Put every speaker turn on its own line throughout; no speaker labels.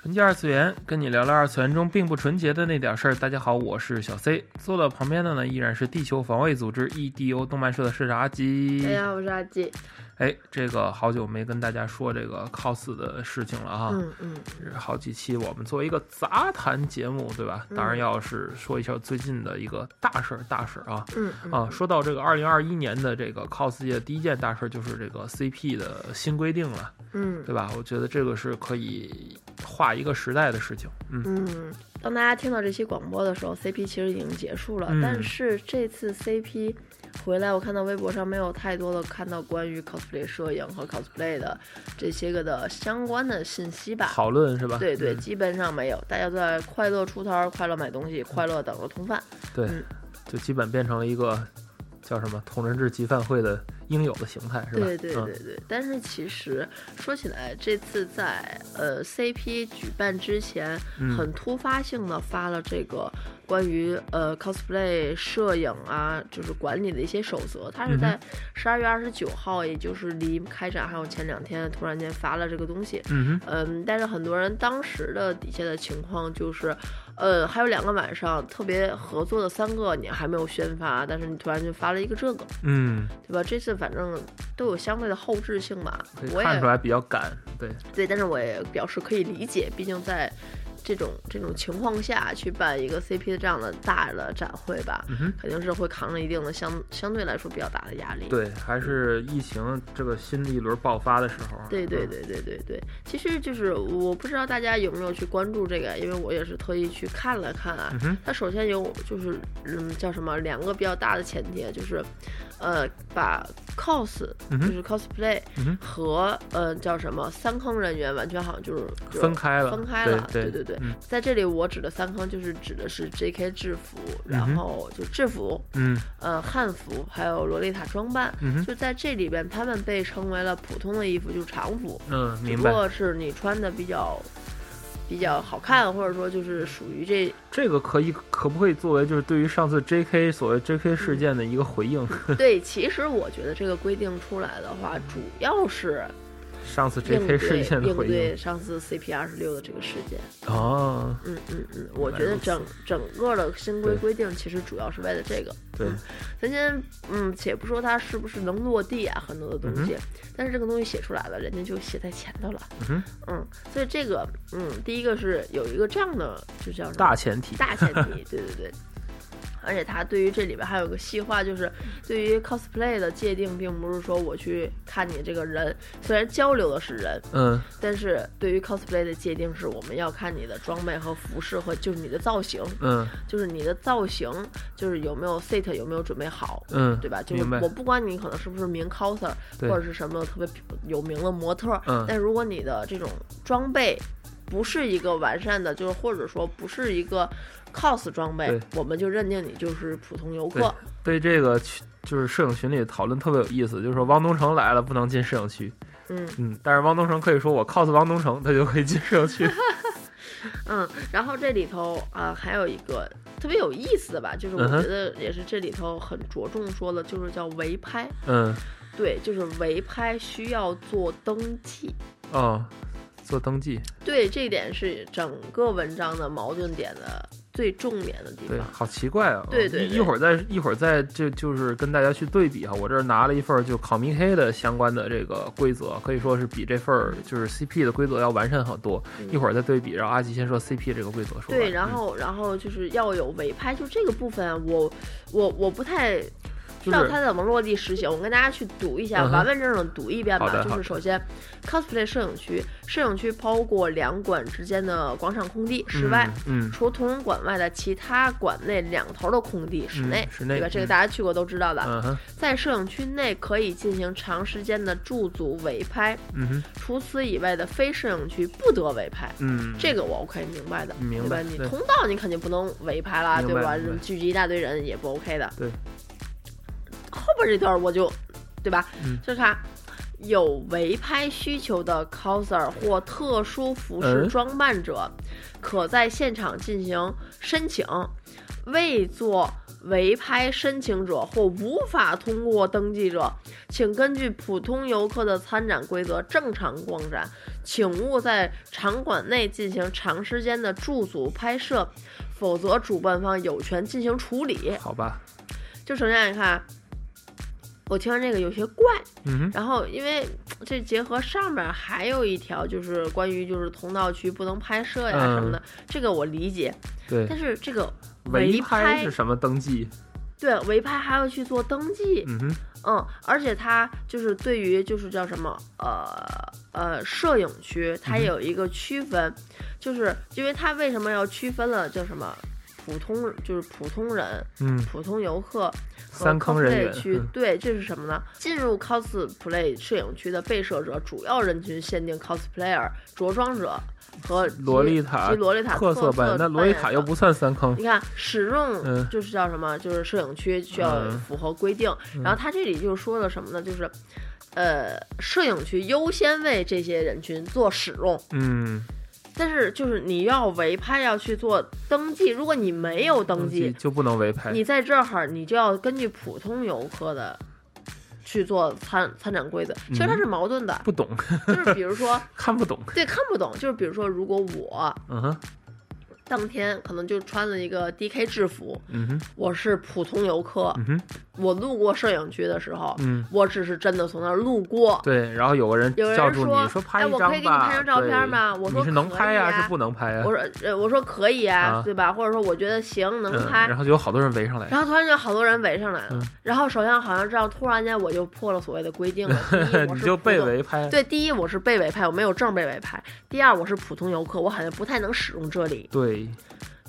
纯洁二次元，跟你聊聊二次元中并不纯洁的那点事儿。大家好，我是小 C，坐到旁边的呢依然是地球防卫组织 EDO 动漫社的社长阿吉。
大家好，我是阿吉。
哎，这个好久没跟大家说这个 cos 的事情了啊。
嗯嗯，
是好几期我们作为一个杂谈节目，对吧？
嗯
当然要是说一下最近的一个大事儿，大事儿啊。
嗯
啊，说到这个二零二一年的这个 cos 界第一件大事儿就是这个 CP 的新规定了，
嗯
对吧？我觉得这个是可以划一个时代的事情。嗯
嗯。当大家听到这期广播的时候，CP 其实已经结束了，
嗯
但是这次 CP 回来，我看到微博上没有太多的看到关于 cosplay 摄影和 cosplay 的这些个的相关的信息吧。
讨论是吧？
对对，
嗯
基本上没有，大家都在快乐出摊儿、快乐买东西、快乐等着通贩。
对
嗯，
就基本变成了一个叫什么同人志集饭会的应有的形态，是吧？
对对
嗯
对对，但是其实说起来，这次在呃 CP 举办之前，
嗯
很突发性的发了这个关于呃 cosplay 摄影啊，就是管理的一些守则。它
嗯
是在十二月二十九号，也就是离开展还有前两天，突然间发了这个东西。
嗯
嗯，但是很多人当时的底下的情况就是，呃，还有两个晚上特别合作的三个你还没有宣发，但是你突然就发了一个这个，
哼嗯，
对吧？这次反正都有相对的后置性吧，
可以
我
看出
也
来比较赶，对，
对，但是我也表示可以理解，毕竟在这种这种情况下去办一个 CP 的这样的大的展会吧，
嗯哼。
肯定是会扛着一定的相相对来说比较大的压力。
对，还是疫情这个新的一轮爆发的时候啊。
对对
嗯，
对对对对，其实就是我不知道大家有没有去关注这个，因为我也是特意去看了看啊。
嗯哼，
它首先有就是嗯叫什么两个比较大的前提，就是呃把 cos
嗯
就
哼，
是 cosplay
嗯哼
和呃叫什么三坑人员完全好像就是就是
分开了，
分开了，
对
对对。
嗯
在这里我指的三坑就是指的是 J.K. 制服，
嗯哼
然后就制服、
嗯
呃汉服，还有洛丽塔装扮。
嗯哼
就在这里边，他们被称为了普通的衣服，就是常服，
嗯，
只
明
不
白。
过是你穿的比较比较好看，或者说就是属于这
这个可以可不可以作为就是对于上次 J.K. 所谓 J.K.
嗯
事件的一个回应？
对。其实我觉得这个规定出来的话，主要是
上次
应
J.K.
对
事件的
应
回应
对上次 CP 二十六的这个事件。
哦，
嗯嗯嗯，我
原来
觉得
如此
整整个的新规
对
规定其实主要是为了这个。
对，
咱先嗯，且不说它是不是能落地啊，很多的东西，但是这个东西写出来了，人家就写在前头了。
嗯哼，
嗯，所以这个嗯，第一个是有一个这样的，就叫什么
大前提，
大前提，对对对。而且它对于这里边还有个细化，就是对于 cosplay 的界定，并不是说我去看你这个人，虽然交流的是人，
嗯，
但是对于 cosplay 的界定是我们要看你的装备和服饰和就是你的造型，
嗯
就是你的造型就是有没有 set 有没有准备好，
嗯，
对吧？就是
明白
我，不管你可能是不是名 coser
对
或者是什么特别有名的模特儿，
嗯
但如果你的这种装备不是一个完善的，就是或者说不是一个 cos 装备
对，
我们就认定你就是普通游
对
客。
对这个群就是摄影群里讨论特别有意思，就是说汪东城来了不能进摄影区，
嗯
嗯，但是汪东城可以说我 cos 汪东城，他就可以进摄影 区，
嗯，然后这里头啊、还有一个特别有意思的吧，就是我
嗯哼
觉得也是这里头很着重说的，就是叫围拍。
嗯，
对，就是围拍需要做登记。
哦，做登记，
对，这一点是整个文章的矛盾点的最重点的地
对，
方。
好奇怪啊！
对对
一
对
一会儿再一会儿再就就是跟大家去对比啊。我这儿拿了一份儿就 Comic K 的相关的这个规则，可以说是比这份儿就是 CP 的规则要完善很多。
嗯
一会儿再对比，然后阿吉先说 CP 这个规则说完。
对，啊然后然后就是要有围拍，就这个部分我，我我不太
就是
照它的网络历实行，我跟大家去读一下，
嗯哼
完完整整读一遍
好的
吧。
好
就
的
是首先，cosplay 摄影区，摄影区包括两馆之间的广场空地、室外。
嗯，
除同仁馆外的其他馆内两头的空地，室
嗯
内，
室内
对吧？这个
嗯
大家去过都知道的。
嗯嗯哼，
在摄影区内可以进行长时间的驻足围拍，
嗯哼，
除此以外的非摄影区不得围拍。
嗯，
这个我 OK 明白的，
明白
对吧？你
对
通道你肯定不能围拍啦，
明
对
白
吧
明白？
聚集一大堆人也不 OK 的。
对，
后边这段我就，对吧？
嗯
就看有围拍需求的 coser 或特殊服
嗯
饰装扮者，可在现场进行申请。未做围拍申请者或无法通过登记者，请根据普通游客的参展规则正常逛展，请勿在场馆内进行长时间的驻足拍摄，否则主办方有权进行处理。
好吧，
就首先你看，我听着这个有些怪，
嗯哼，
然后因为这结合上面还有一条就是关于就是通道区不能拍摄呀什么的，这个我理解，
对，
但是这个
嗯围
围拍
是什么登记？
对围拍还要去做登记，
嗯哼，
嗯，而且它就是对于就是叫什么呃呃摄影区，
嗯
它也有一个区分，就是因为它为什么要区分了叫什么普通就是普通人、
嗯，
普通游客和
三坑人
cosplay
员
区
嗯，
对，这是什么呢？进入 cosplay 摄影区的被摄者主要人群限定 cosplayer 着装者和及
洛丽塔
及洛丽塔
特色
扮
版，那洛丽塔
演
又
者
不算三坑
你，看，使
嗯
用就是叫什么？就是摄影区需要
嗯
符合规定。然后他这里就是说了什么呢？就是，呃，摄影区优先为这些人群做使用，
嗯，
但是就是你要围拍要去做登记，如果你没有登记，
就不能围拍，
你在这儿你就要根据普通游客的。去做参参展规则，其实它
嗯
是矛盾的，
不懂，
就是比如说，
看不懂，
对看不懂，就是比如说，如果我
嗯哼，
当天可能就穿了一个 DK 制服，
嗯哼，
我是普通游客，
嗯哼，
我路过摄影区的时候，
嗯，
我只是真的从那儿路过。
对，然后有个人
有人
叫住
说
你说拍
哎
一
我
张吧，
可以给你拍张照片吗
对
我
你
说
是能
可
拍
以
呀，
啊
是不能拍呀？
我说，呃，我说可以
嗯
啊，
啊
对吧？或者说，我觉得行，能
嗯，
拍。
然后就有好多人围上来，
然后突然就好多人围上来了，
嗯
然后首先好像这样，突然间我就破了所谓的规定 了。第一我
你
是
就
普
被
通
围拍，
对，第一我是被围拍，我没有证被围拍；第二我是普通游客，我好像不太能使用这里，
对，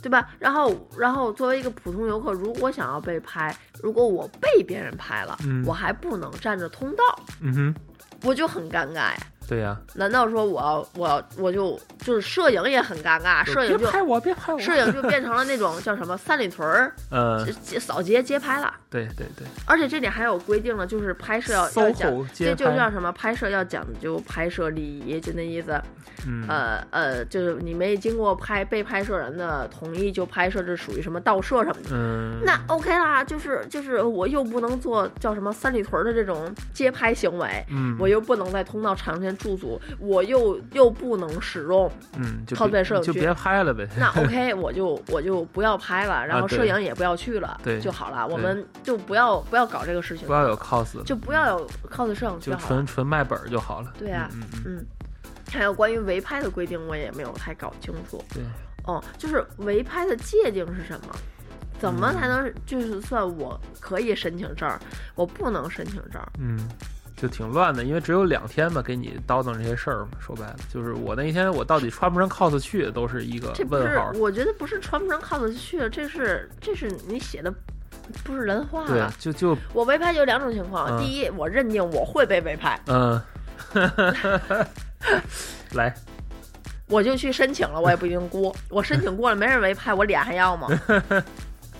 对吧？然后，然后作为一个普通游客，如果想要被拍，如果我被别人拍了，
嗯
我还不能占着通道，
嗯哼，
我就很尴尬呀。
对呀，
难道说我要我要我就就是摄影也很尴尬，摄影
别
就
拍我，别拍我，
摄影就变成了那种叫什么三里屯儿
嗯，
街扫街街拍了，
对对对，
而且这里还有规定了，就是拍摄要要讲
SOHO，街
这
拍
就叫什么拍摄要讲究拍摄礼仪，就那意思，
嗯，
呃呃，就是你没经过拍被拍摄人的同意就拍摄，这属于什么盗摄什么的。
嗯，
那 OK 啦，就是就是我又不能做叫什么三里屯儿的这种街拍行为，
嗯，
我又不能在通道长时间驻足，我又又不能使用，
嗯，就
靠
别
边摄影
就
区
别拍了呗。
那 OK，我就我就不要拍了，然后
啊对
摄影也不要去了，
对
就好了。我
对
们就不要不要搞这个事情
不，要有 cos，了
就不要有 cos 摄影
就
就好
纯
了。
纯卖本儿就好了。
对啊
嗯嗯嗯，
嗯，还有关于围拍的规定，我也没有太搞清楚。
对，
哦、就是围拍的界定是什么？怎
嗯
么才能就是算我可以申请证儿，我不能申请证儿？
嗯，就挺乱的，因为只有两天嘛，给你叨叨这些事儿嘛。说白了，就是我那一天我到底穿不上 cos 去，都是一个
这不
问
是
号，。
我觉得不是穿不上 cos 去了，这是这是你写的不是人话
对
了，。
就就
我围拍就两种情况，
嗯
第一，我认定我会被围拍，
嗯， 来，
我就去申请了，我也不一定过。我申请过了，没人围拍，我脸还要 吗？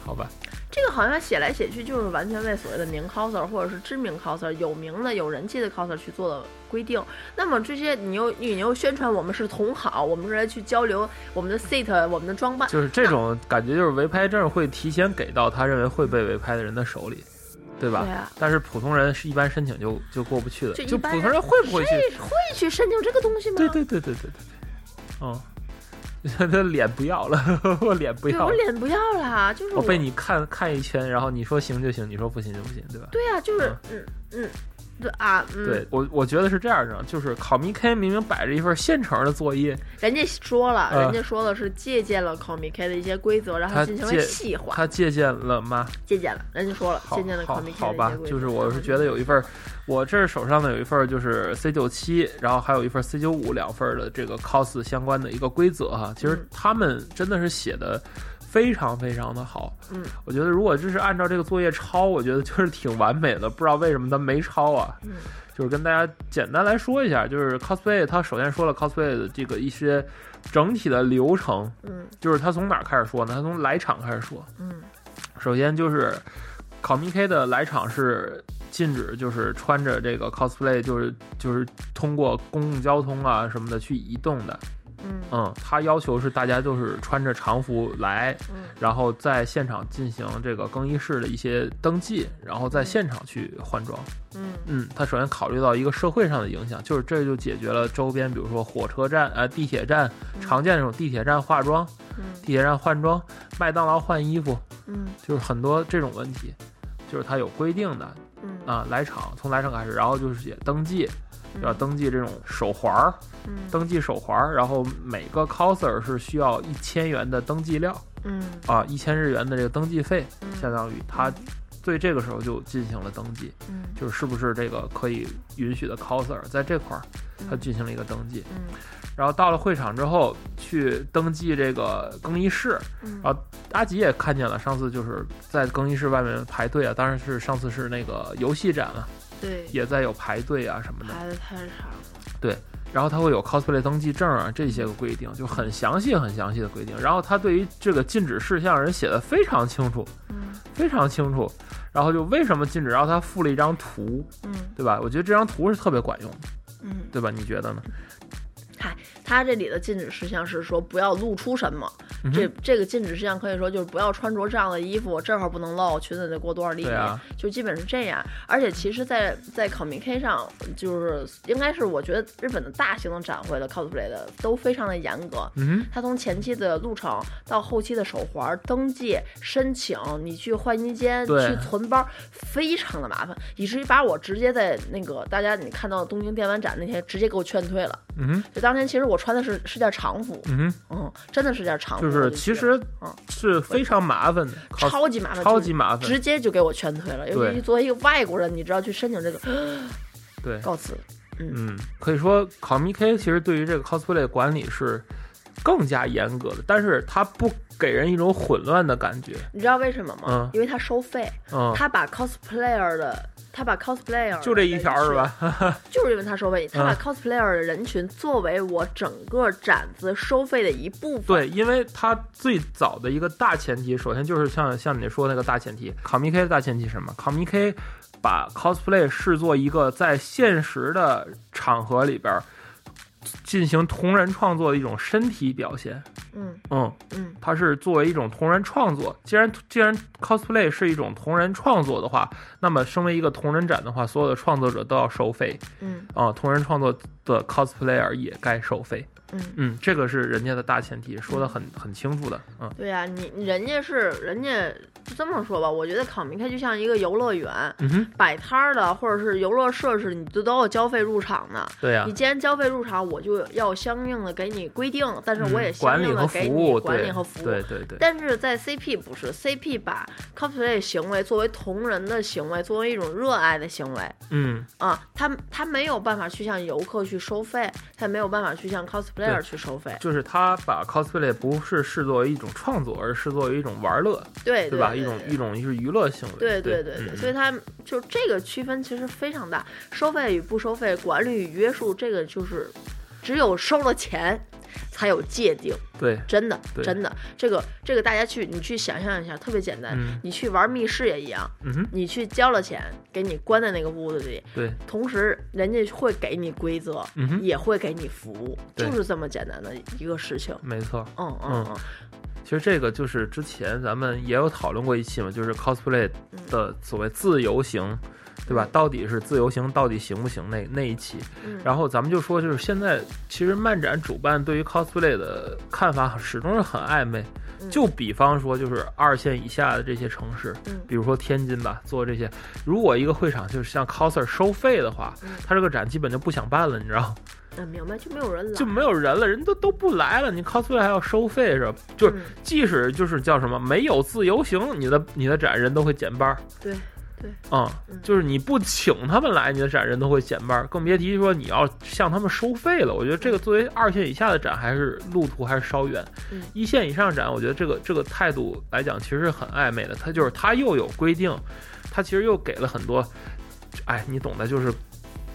好吧，
这个好像写来写去就是完全为所谓的名 coser 或者是知名 coser、有名的、有人气的 coser 去做的规定。那么这些你又你又宣传我们是同好，我们是来去交流我们的 sit、我们的装扮，
就是这种感觉，就是围拍证会提前给到他认为会被围拍的人的手里，对吧？
对啊
但是普通人是一般申请就就过不去的，
就
就普
一般
通
人
人会不会去？
谁会去申请这个东西吗？
对对对对对对对，哦， 他脸不要了， 我脸不
对，
要哦
我
了，
脸不要了，啊就是
我被你看看一圈，然后你说行就行，你说不行就不行，对吧？
啊对呀、就是
啊
嗯嗯，对啊，嗯，
嗯对我，我觉得是这样的，就是考米 K 明明摆着一份现成的作业，
人家说了，
呃
人家说的是借鉴了 Comic K 的一些规则，然后
他
进行了
借
细化，
他借鉴了吗？
借鉴了，人家说了，
好
借鉴了
好
Comic K
好
的一些
吧
规，则。
就是我是觉得有一份儿，我这儿手上呢有一份儿就是 C 九七，然后还有一份 C 九五两份儿的这个 cos 相关的一个规则哈，其实
嗯
他们真的是写的。非常非常的好，
嗯，
我觉得如果这是按照这个作业抄，我觉得就是 挺完美的。不知道为什么他没抄啊，
嗯
就是跟大家简单来说一下，就是 cosplay，它首先说了 cosplay 的这个一些整体的流程，
嗯
就是它从哪儿开始说呢？它从来场开始说，
嗯
首先就是考米 K 的来场是禁止，就是穿着这个 cosplay，就是就是通过公共交通啊什么的去移动的。
嗯
嗯，他要求是大家就是穿着常服来，
嗯
然后在现场进行这个更衣室的一些登记，然后在现场去换装。
嗯
嗯，他首先考虑到一个社会上的影响，就是这就解决了周边，比如说火车站、啊、地铁站常见那种地铁站化妆、
嗯
地铁站换装、麦当劳换衣服，
嗯
就是很多这种问题，就是它有规定的
嗯
啊，来场从来场开始，然后就是也登记，
嗯
要登记这种手环儿，
嗯
登记手环儿，然后每个 coser 是需要一千元的登记料
嗯
啊，一千日元的这个登记费，
嗯
相当于他对这个时候就进行了登记，
嗯
就是是不是这个可以允许的 coser 在这块儿他
嗯
进行了一个登记，
嗯
然后到了会场之后去登记这个更衣室，
嗯
啊阿吉也看见了，上次就是在更衣室外面排队啊，当然是上次是那个游戏展啊，
对
也在有排队啊什么的。
排的太长了，
然后他会有 cosplay 登记证啊这些个规定，就很详细很详细的规定。然后他对于这个禁止事项人写的非常清楚，
嗯
非常清楚。然后就为什么禁止，然后他附了一张图，
嗯
对吧？我觉得这张图是特别管用的，
嗯，
对吧？你觉得呢？
他这里的禁止事项是说不要露出什么，
嗯哼
这这个禁止事项可以说就是不要穿着这样的衣服，这块不能露，裙子得过多少厘米，
对啊
就基本是这样。而且其实在，在 Comic K 上，就是应该是我觉得日本的大型的展会的 cosplay 的都非常的严格。
嗯
他从前期的路程到后期的手环登记、申请，你去换衣间、
对
去存包，非常的麻烦，以至于把我直接在那个大家你看到东京电玩展那天直接给我劝退了。
哼嗯哼
就当天其实我穿的是是件常服，
嗯
嗯，真的是件常
哼，
服。
就是
我去
其实
嗯
是非常麻烦的，cos-
超级麻烦，
超
就是
级麻烦，
直接就给我劝退了。尤
对
其作为一个外国人，你知道去申请这个，
对。
告辞。
嗯，可以说考米 K 其实对于这个 cosplay 的管理是更加严格的，但是它不给人一种混乱的感觉。
你知道为什么吗？
嗯
因为他收费，
嗯，
他把 cosplayer 的。他把 cosplayer 的
就这一条
人群
是？吧？嗯
就是因为他收费，他把 cosplayer 的人群作为我整个展子收费的一部分。
对，因为它最早的一个大前提，首先就是像像你说那个大前提，考米 K 的大前提是什么？考米 K 把 cosplay 视作一个在现实的场合里边儿进行同人创作的一种身体表现。
嗯
嗯，
嗯
它是作为一种同人创作。既然既然 cosplay 是一种同人创作的话，那么身为一个同人展的话，所有的创作者都要收费
嗯
啊、同人创作的 cosplayer 也该收费。
嗯，
嗯，这个是人家的大前提，说的很很清楚的。嗯，
对呀、你你人家是人家就这么说吧，我觉得考明开就像一个游乐园，
嗯哼，
摆摊儿的或者是游乐设施，你都都要交费入场的。
对呀、
你既然交费入场，我就要相应的给你规定，但是
嗯
我也
管
相
理
应的
和服
给你
务，
管理
对
和服务。
对对对，
但是在 CP 不是 CP 把 cosplay 行为作为同人的行为，作为一种热爱的行为
嗯，
啊，他他没有办法去向游客去收费，他也没有办法去向 cosplayer
对
去收费，
就是他把 cosplay 不是视作为一种创作，而是视作为一种玩乐，
对
对吧？一种一种是娱乐行为。
对对
对
对对，
嗯
所以它就这个区分其实非常大，收费与不收费，管理与约束，这个就是只有收了钱才有界定，
对，
真的
对
真的，这个这个大家去你去想象一下，特别简单，
嗯
你去玩密室也一样，
嗯哼，
你去交了钱，给你关在那个屋子里，
对，
同时人家会给你规则，
嗯哼
也会给你服务，
对
就是这么简单的一个事情。
没错。
嗯嗯嗯，
其实这个就是之前咱们也有讨论过一期嘛，就是 cosplay 的所谓自由行，对吧
嗯？
到底是自由行，到底行不行？那那一期，
嗯
然后咱们就说，就是现在其实漫展主办对于 cosplay 的看法始终是很暧昧，
嗯
就比方说，就是二线以下的这些城市，
嗯
比如说天津吧，做这些，如果一个会场就是像 coser 收费的话
嗯，
他这个展基本就不想办了，你知道吗？
啊，明白，就没有人来，
就没有人了，人都都不来了，你 cosplay 还要收费是吧？就是
嗯
即使就是叫什么没有自由行，你的你的展人都会减半儿。
对，
嗯
嗯，
就是你不请他们来，你的展人都会减半儿，更别提说你要向他们收费了。我觉得这个作为二线以下的展，还是路途还是稍远。
嗯
一线以上展，我觉得这个这个态度来讲，其实是很暧昧的。它就是它又有规定，它其实又给了很多，哎，你懂的，就是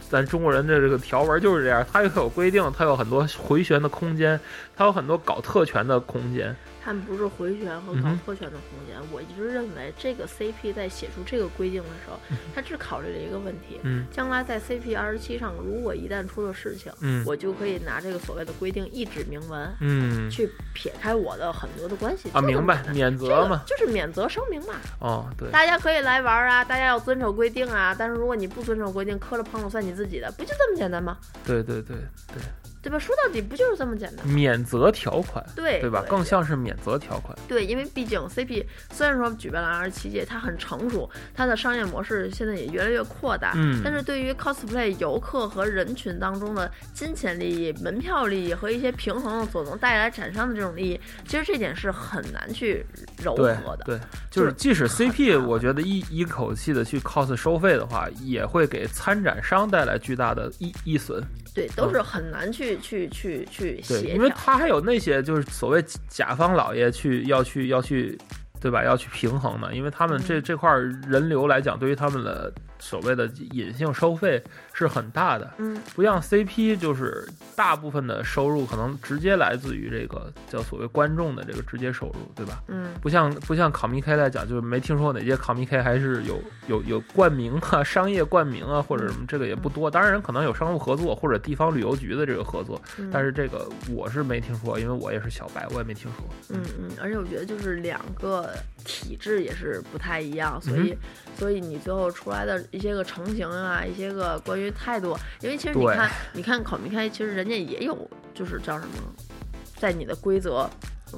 咱中国人的这个条文就是这样，它又有规定，它有很多回旋的空间，它有很多搞特权的空间。
他们不是回旋和
嗯
搞
哼
特权的空间。我一直认为这个 CP 在写出这个规定的时候，他只考虑了一个问题：
嗯
将来在 CP 二十七上，如果一旦出了事情，
嗯
我就可以拿这个所谓的规定一纸明文。
嗯
去撇开我的很多的关系
啊，
就这么
明白
简单
免
这
责
个
嘛？
就是免责声明嘛，
哦，对，
大家可以来玩啊，大家要遵守规定啊。但是如果你不遵守规定，磕了碰了算你自己的，不就这么简单吗？
对对对对。
对吧？说到底不就是这么简单？
免责条款，
对
对吧？
对
更像是免责条款。
对，因为毕竟 CP 虽然说举办了二十七届，它很成熟，它的商业模式现在也越来越扩大。
嗯
但是对于 cosplay 游客和人群当中的金钱利益、门票利益和一些平衡所能带来产生的这种利益，其实这点是很难去柔
对
和的。
对，就是即使 CP，我觉得一一口气的去 cos 收费的话，也会给参展商带来巨大的一一损。
对都是很难去、去去去
对，
协
因为
调。
他还有那些就是所谓甲方老爷去要去要去，对吧？要去平衡的，因为他们这
嗯
这块人流来讲，对于他们的所谓的隐性收费是很大的。
嗯，
不像 CP，就是大部分的收入可能直接来自于这个叫所谓观众的这个直接收入，对吧？
嗯，
不像不像考密 K 来讲，就是没听说过哪些考密 K 还是有有有冠名啊、商业冠名啊或者什么，这个也不多。当然可能有商务合作或者地方旅游局的这个合作，
嗯
但是这个我是没听说，因为我也是小白，我也没听说。
嗯嗯，而且我觉得就是两个体制也是不太一样，所
嗯
以、所以你最后出来的一些个成型啊，一些个关于态度，因为其实你
对
看，你看考米开，其实人家也有就是叫什么，在你的规则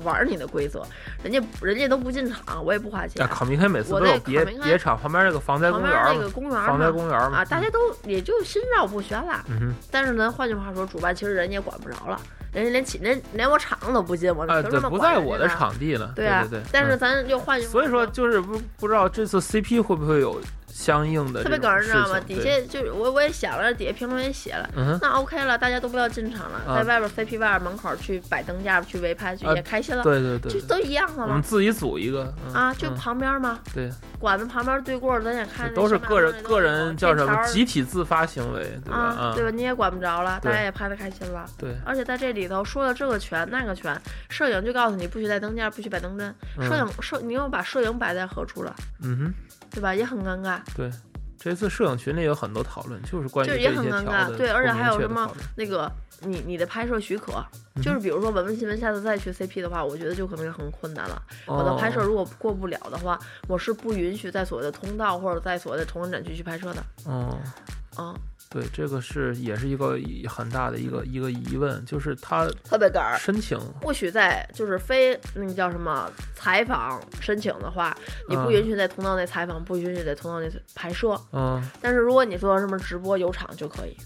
玩儿你的规则，人家人家都不进场，我也不花钱
啊，，考密 K 每次
我
都有
在
别
考密 K
别场旁边那个防灾
旁
公
边
园
那
嘛
个，公园儿
防灾
嘛
公园嘛
啊，大家都也就心照不宣了。
嗯哼，
但是咱换句话说，主办其实人家也管不着了，人家连起连连我场都不进，我
啊，
凭
对
什，么
不
管
在
人
我
家
的
呢
场地了，对
啊，
对对。
但是
嗯
咱就换句话，
所以说就是不不知道这次 CP 会不会有相应的这
特别
种
搞人，
事
知道吗？
情
底
对
下就是我我也想了，底下评论也写了。
嗯哼。
那 OK 了，大家都不要进场了，
啊
在外边 CP 外边门口去摆灯架、去围拍去，
啊
也开心了，
对对对对，
这都一样的
我们
嘛。
自己组一个、嗯、
啊，就
嗯
旁边嘛，
对，
馆子旁边对过，咱也看那
都是
上面
个
那
人
都
个人叫什
天
么
桥儿
集体自发行为，对吧？
啊，
啊，
对吧？你也管不着了，大
对
家也拍的开心了。
对
而且在这里头说了这个权那个权，摄影就告诉你不许带灯架，不许摆灯针。
嗯
摄影摄，你又把摄影摆在何处了，
嗯哼，
对吧？也很尴尬。
对。这次摄影群里有很多讨论，就是关于
就
这
是也
些
很
条
尴尬，
的
对，
不
而且还有
明确
什
的
么
讨论
那个你你的拍摄许可，
嗯
就是比如说文文新闻下次再去 CP 的话，我觉得就可能很困难了。我
哦
的拍摄如果过不了的话，我是不允许在所谓的通道或者在所谓的同人展区去拍摄的。
哦，嗯
嗯，
对，这个是也是一个很大的一个一个疑问，就是他
特别赶儿。
申请
不许在就是非那个叫什么采访申请的话，你不
嗯
允许在通道内采访，不允许在通道内拍摄。
嗯
但是如果你说什么直播有场就可以，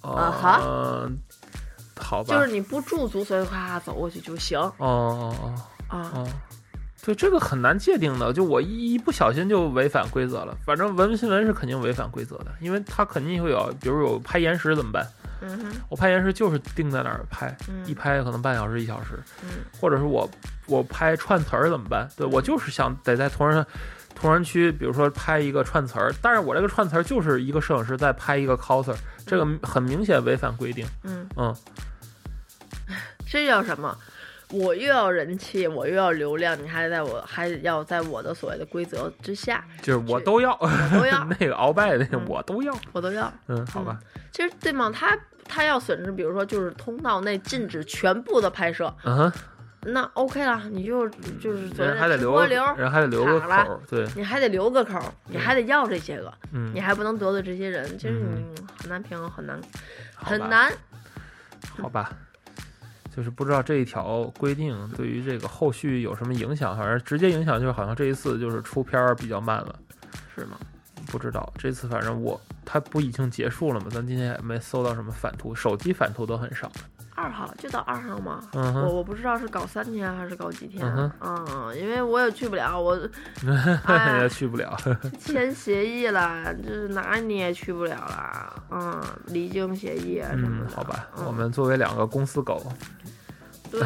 啊哈
啊，好吧，
就是你不驻足随夸走过去就行
哦哦哦。
啊。
哦，对，这个很难界定的。就我一一不小心就违反规则了。反正文新闻是肯定违反规则的，因为它肯定会有，比如有拍延时怎么办？
嗯哼，
我拍延时就是定在那儿拍，
嗯
一拍可能半小时一小时，
嗯
或者是我我拍串词儿怎么办？对我就是想得在同仁同仁区，比如说拍一个串词儿，但是我这个串词儿就是一个摄影师在拍一个 coser，这个很明显违反规定。
嗯。
嗯，
这叫什么？我又要人气，我又要流量，你还在我还要在我的所谓的规则之下，
就是我
这
都要，
我都 要，
那个鳌拜那个
嗯
我都要。
我都要。
嗯，好吧，
其实对吗？他他要损失，比如说就是通道内禁止全部的拍摄，
嗯哼。
那 OK 了，你就就是所谓
人还
的
得
直
留
播
个
流，
人还得留个口
卡
儿，对，
你还得留个口儿，你还得要这些个，
嗯
你，还不能得罪这些人，其实你
嗯
很难平衡，很难
好吧
很，难。
好吧，就是不知道这一条规定对于这个后续有什么影响，好像直接影响就是好像这一次就是出片儿比较慢了，
是吗？
不知道这次反正我它不已经结束了吗？咱今天也没搜到什么反图，手机反图都很少。
二号就到二号吗？
嗯
我
哼，
我不知道是搞三天还是搞几天，
嗯
嗯因为我也去不了，我
嗯 也
哎
去不了。
签协议了，就是哪儿你也去不了了，嗯，离境协议啊什么
嗯，
的，
好吧，
嗯
我们作为两个公司狗，
对，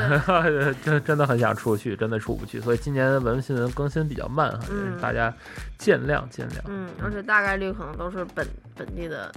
真真的很想出去，真的出不去，所以今年文新闻更新比较慢哈，
嗯
大家见谅见谅。，
嗯，而且大概率可能都是本本地的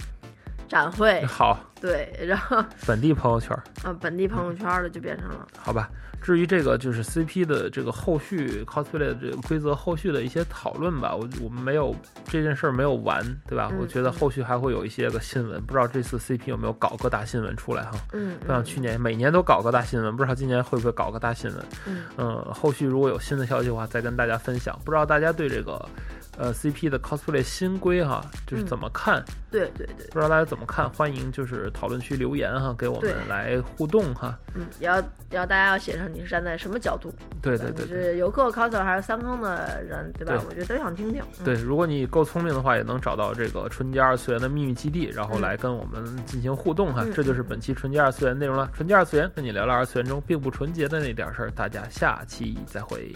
展会
好，
对，然后
本地朋友圈，
啊，本地朋友圈的就变成了，
好吧。至于这个就是 CP 的这个后续 cosplay 的这个规则后续的一些讨论吧，我我们没有这件事儿没有完，对吧？
嗯
我觉得后续还会有一些个新闻，不知道这次 CP 有没有搞个大新闻出来哈。
嗯，
不像去年每年都搞个大新闻，不知道今年会不会搞个大新闻。
嗯，
嗯，后续如果有新的消息的话，再跟大家分享。不知道大家对这个呃 CP 的 cosplay 新规哈，就是
嗯
怎么看？
对对对，
不知道大家怎么看？欢迎就是讨论区留言哈，给我们
对
来互动哈。
嗯，也要也要大家要写上你是站在什么角度，
对对对
你
对。
是游客、coser 还是三坑的人，对吧？
对
我觉得都想听听，嗯
对，如果你够聪明的话，也能找到这个纯洁二次元的秘密基地，然后来跟我们进行互动哈。
嗯
这就是本期纯洁二次元内容了。纯洁二次元跟你聊聊二次元中并不纯洁的那点事儿，大家下期再会。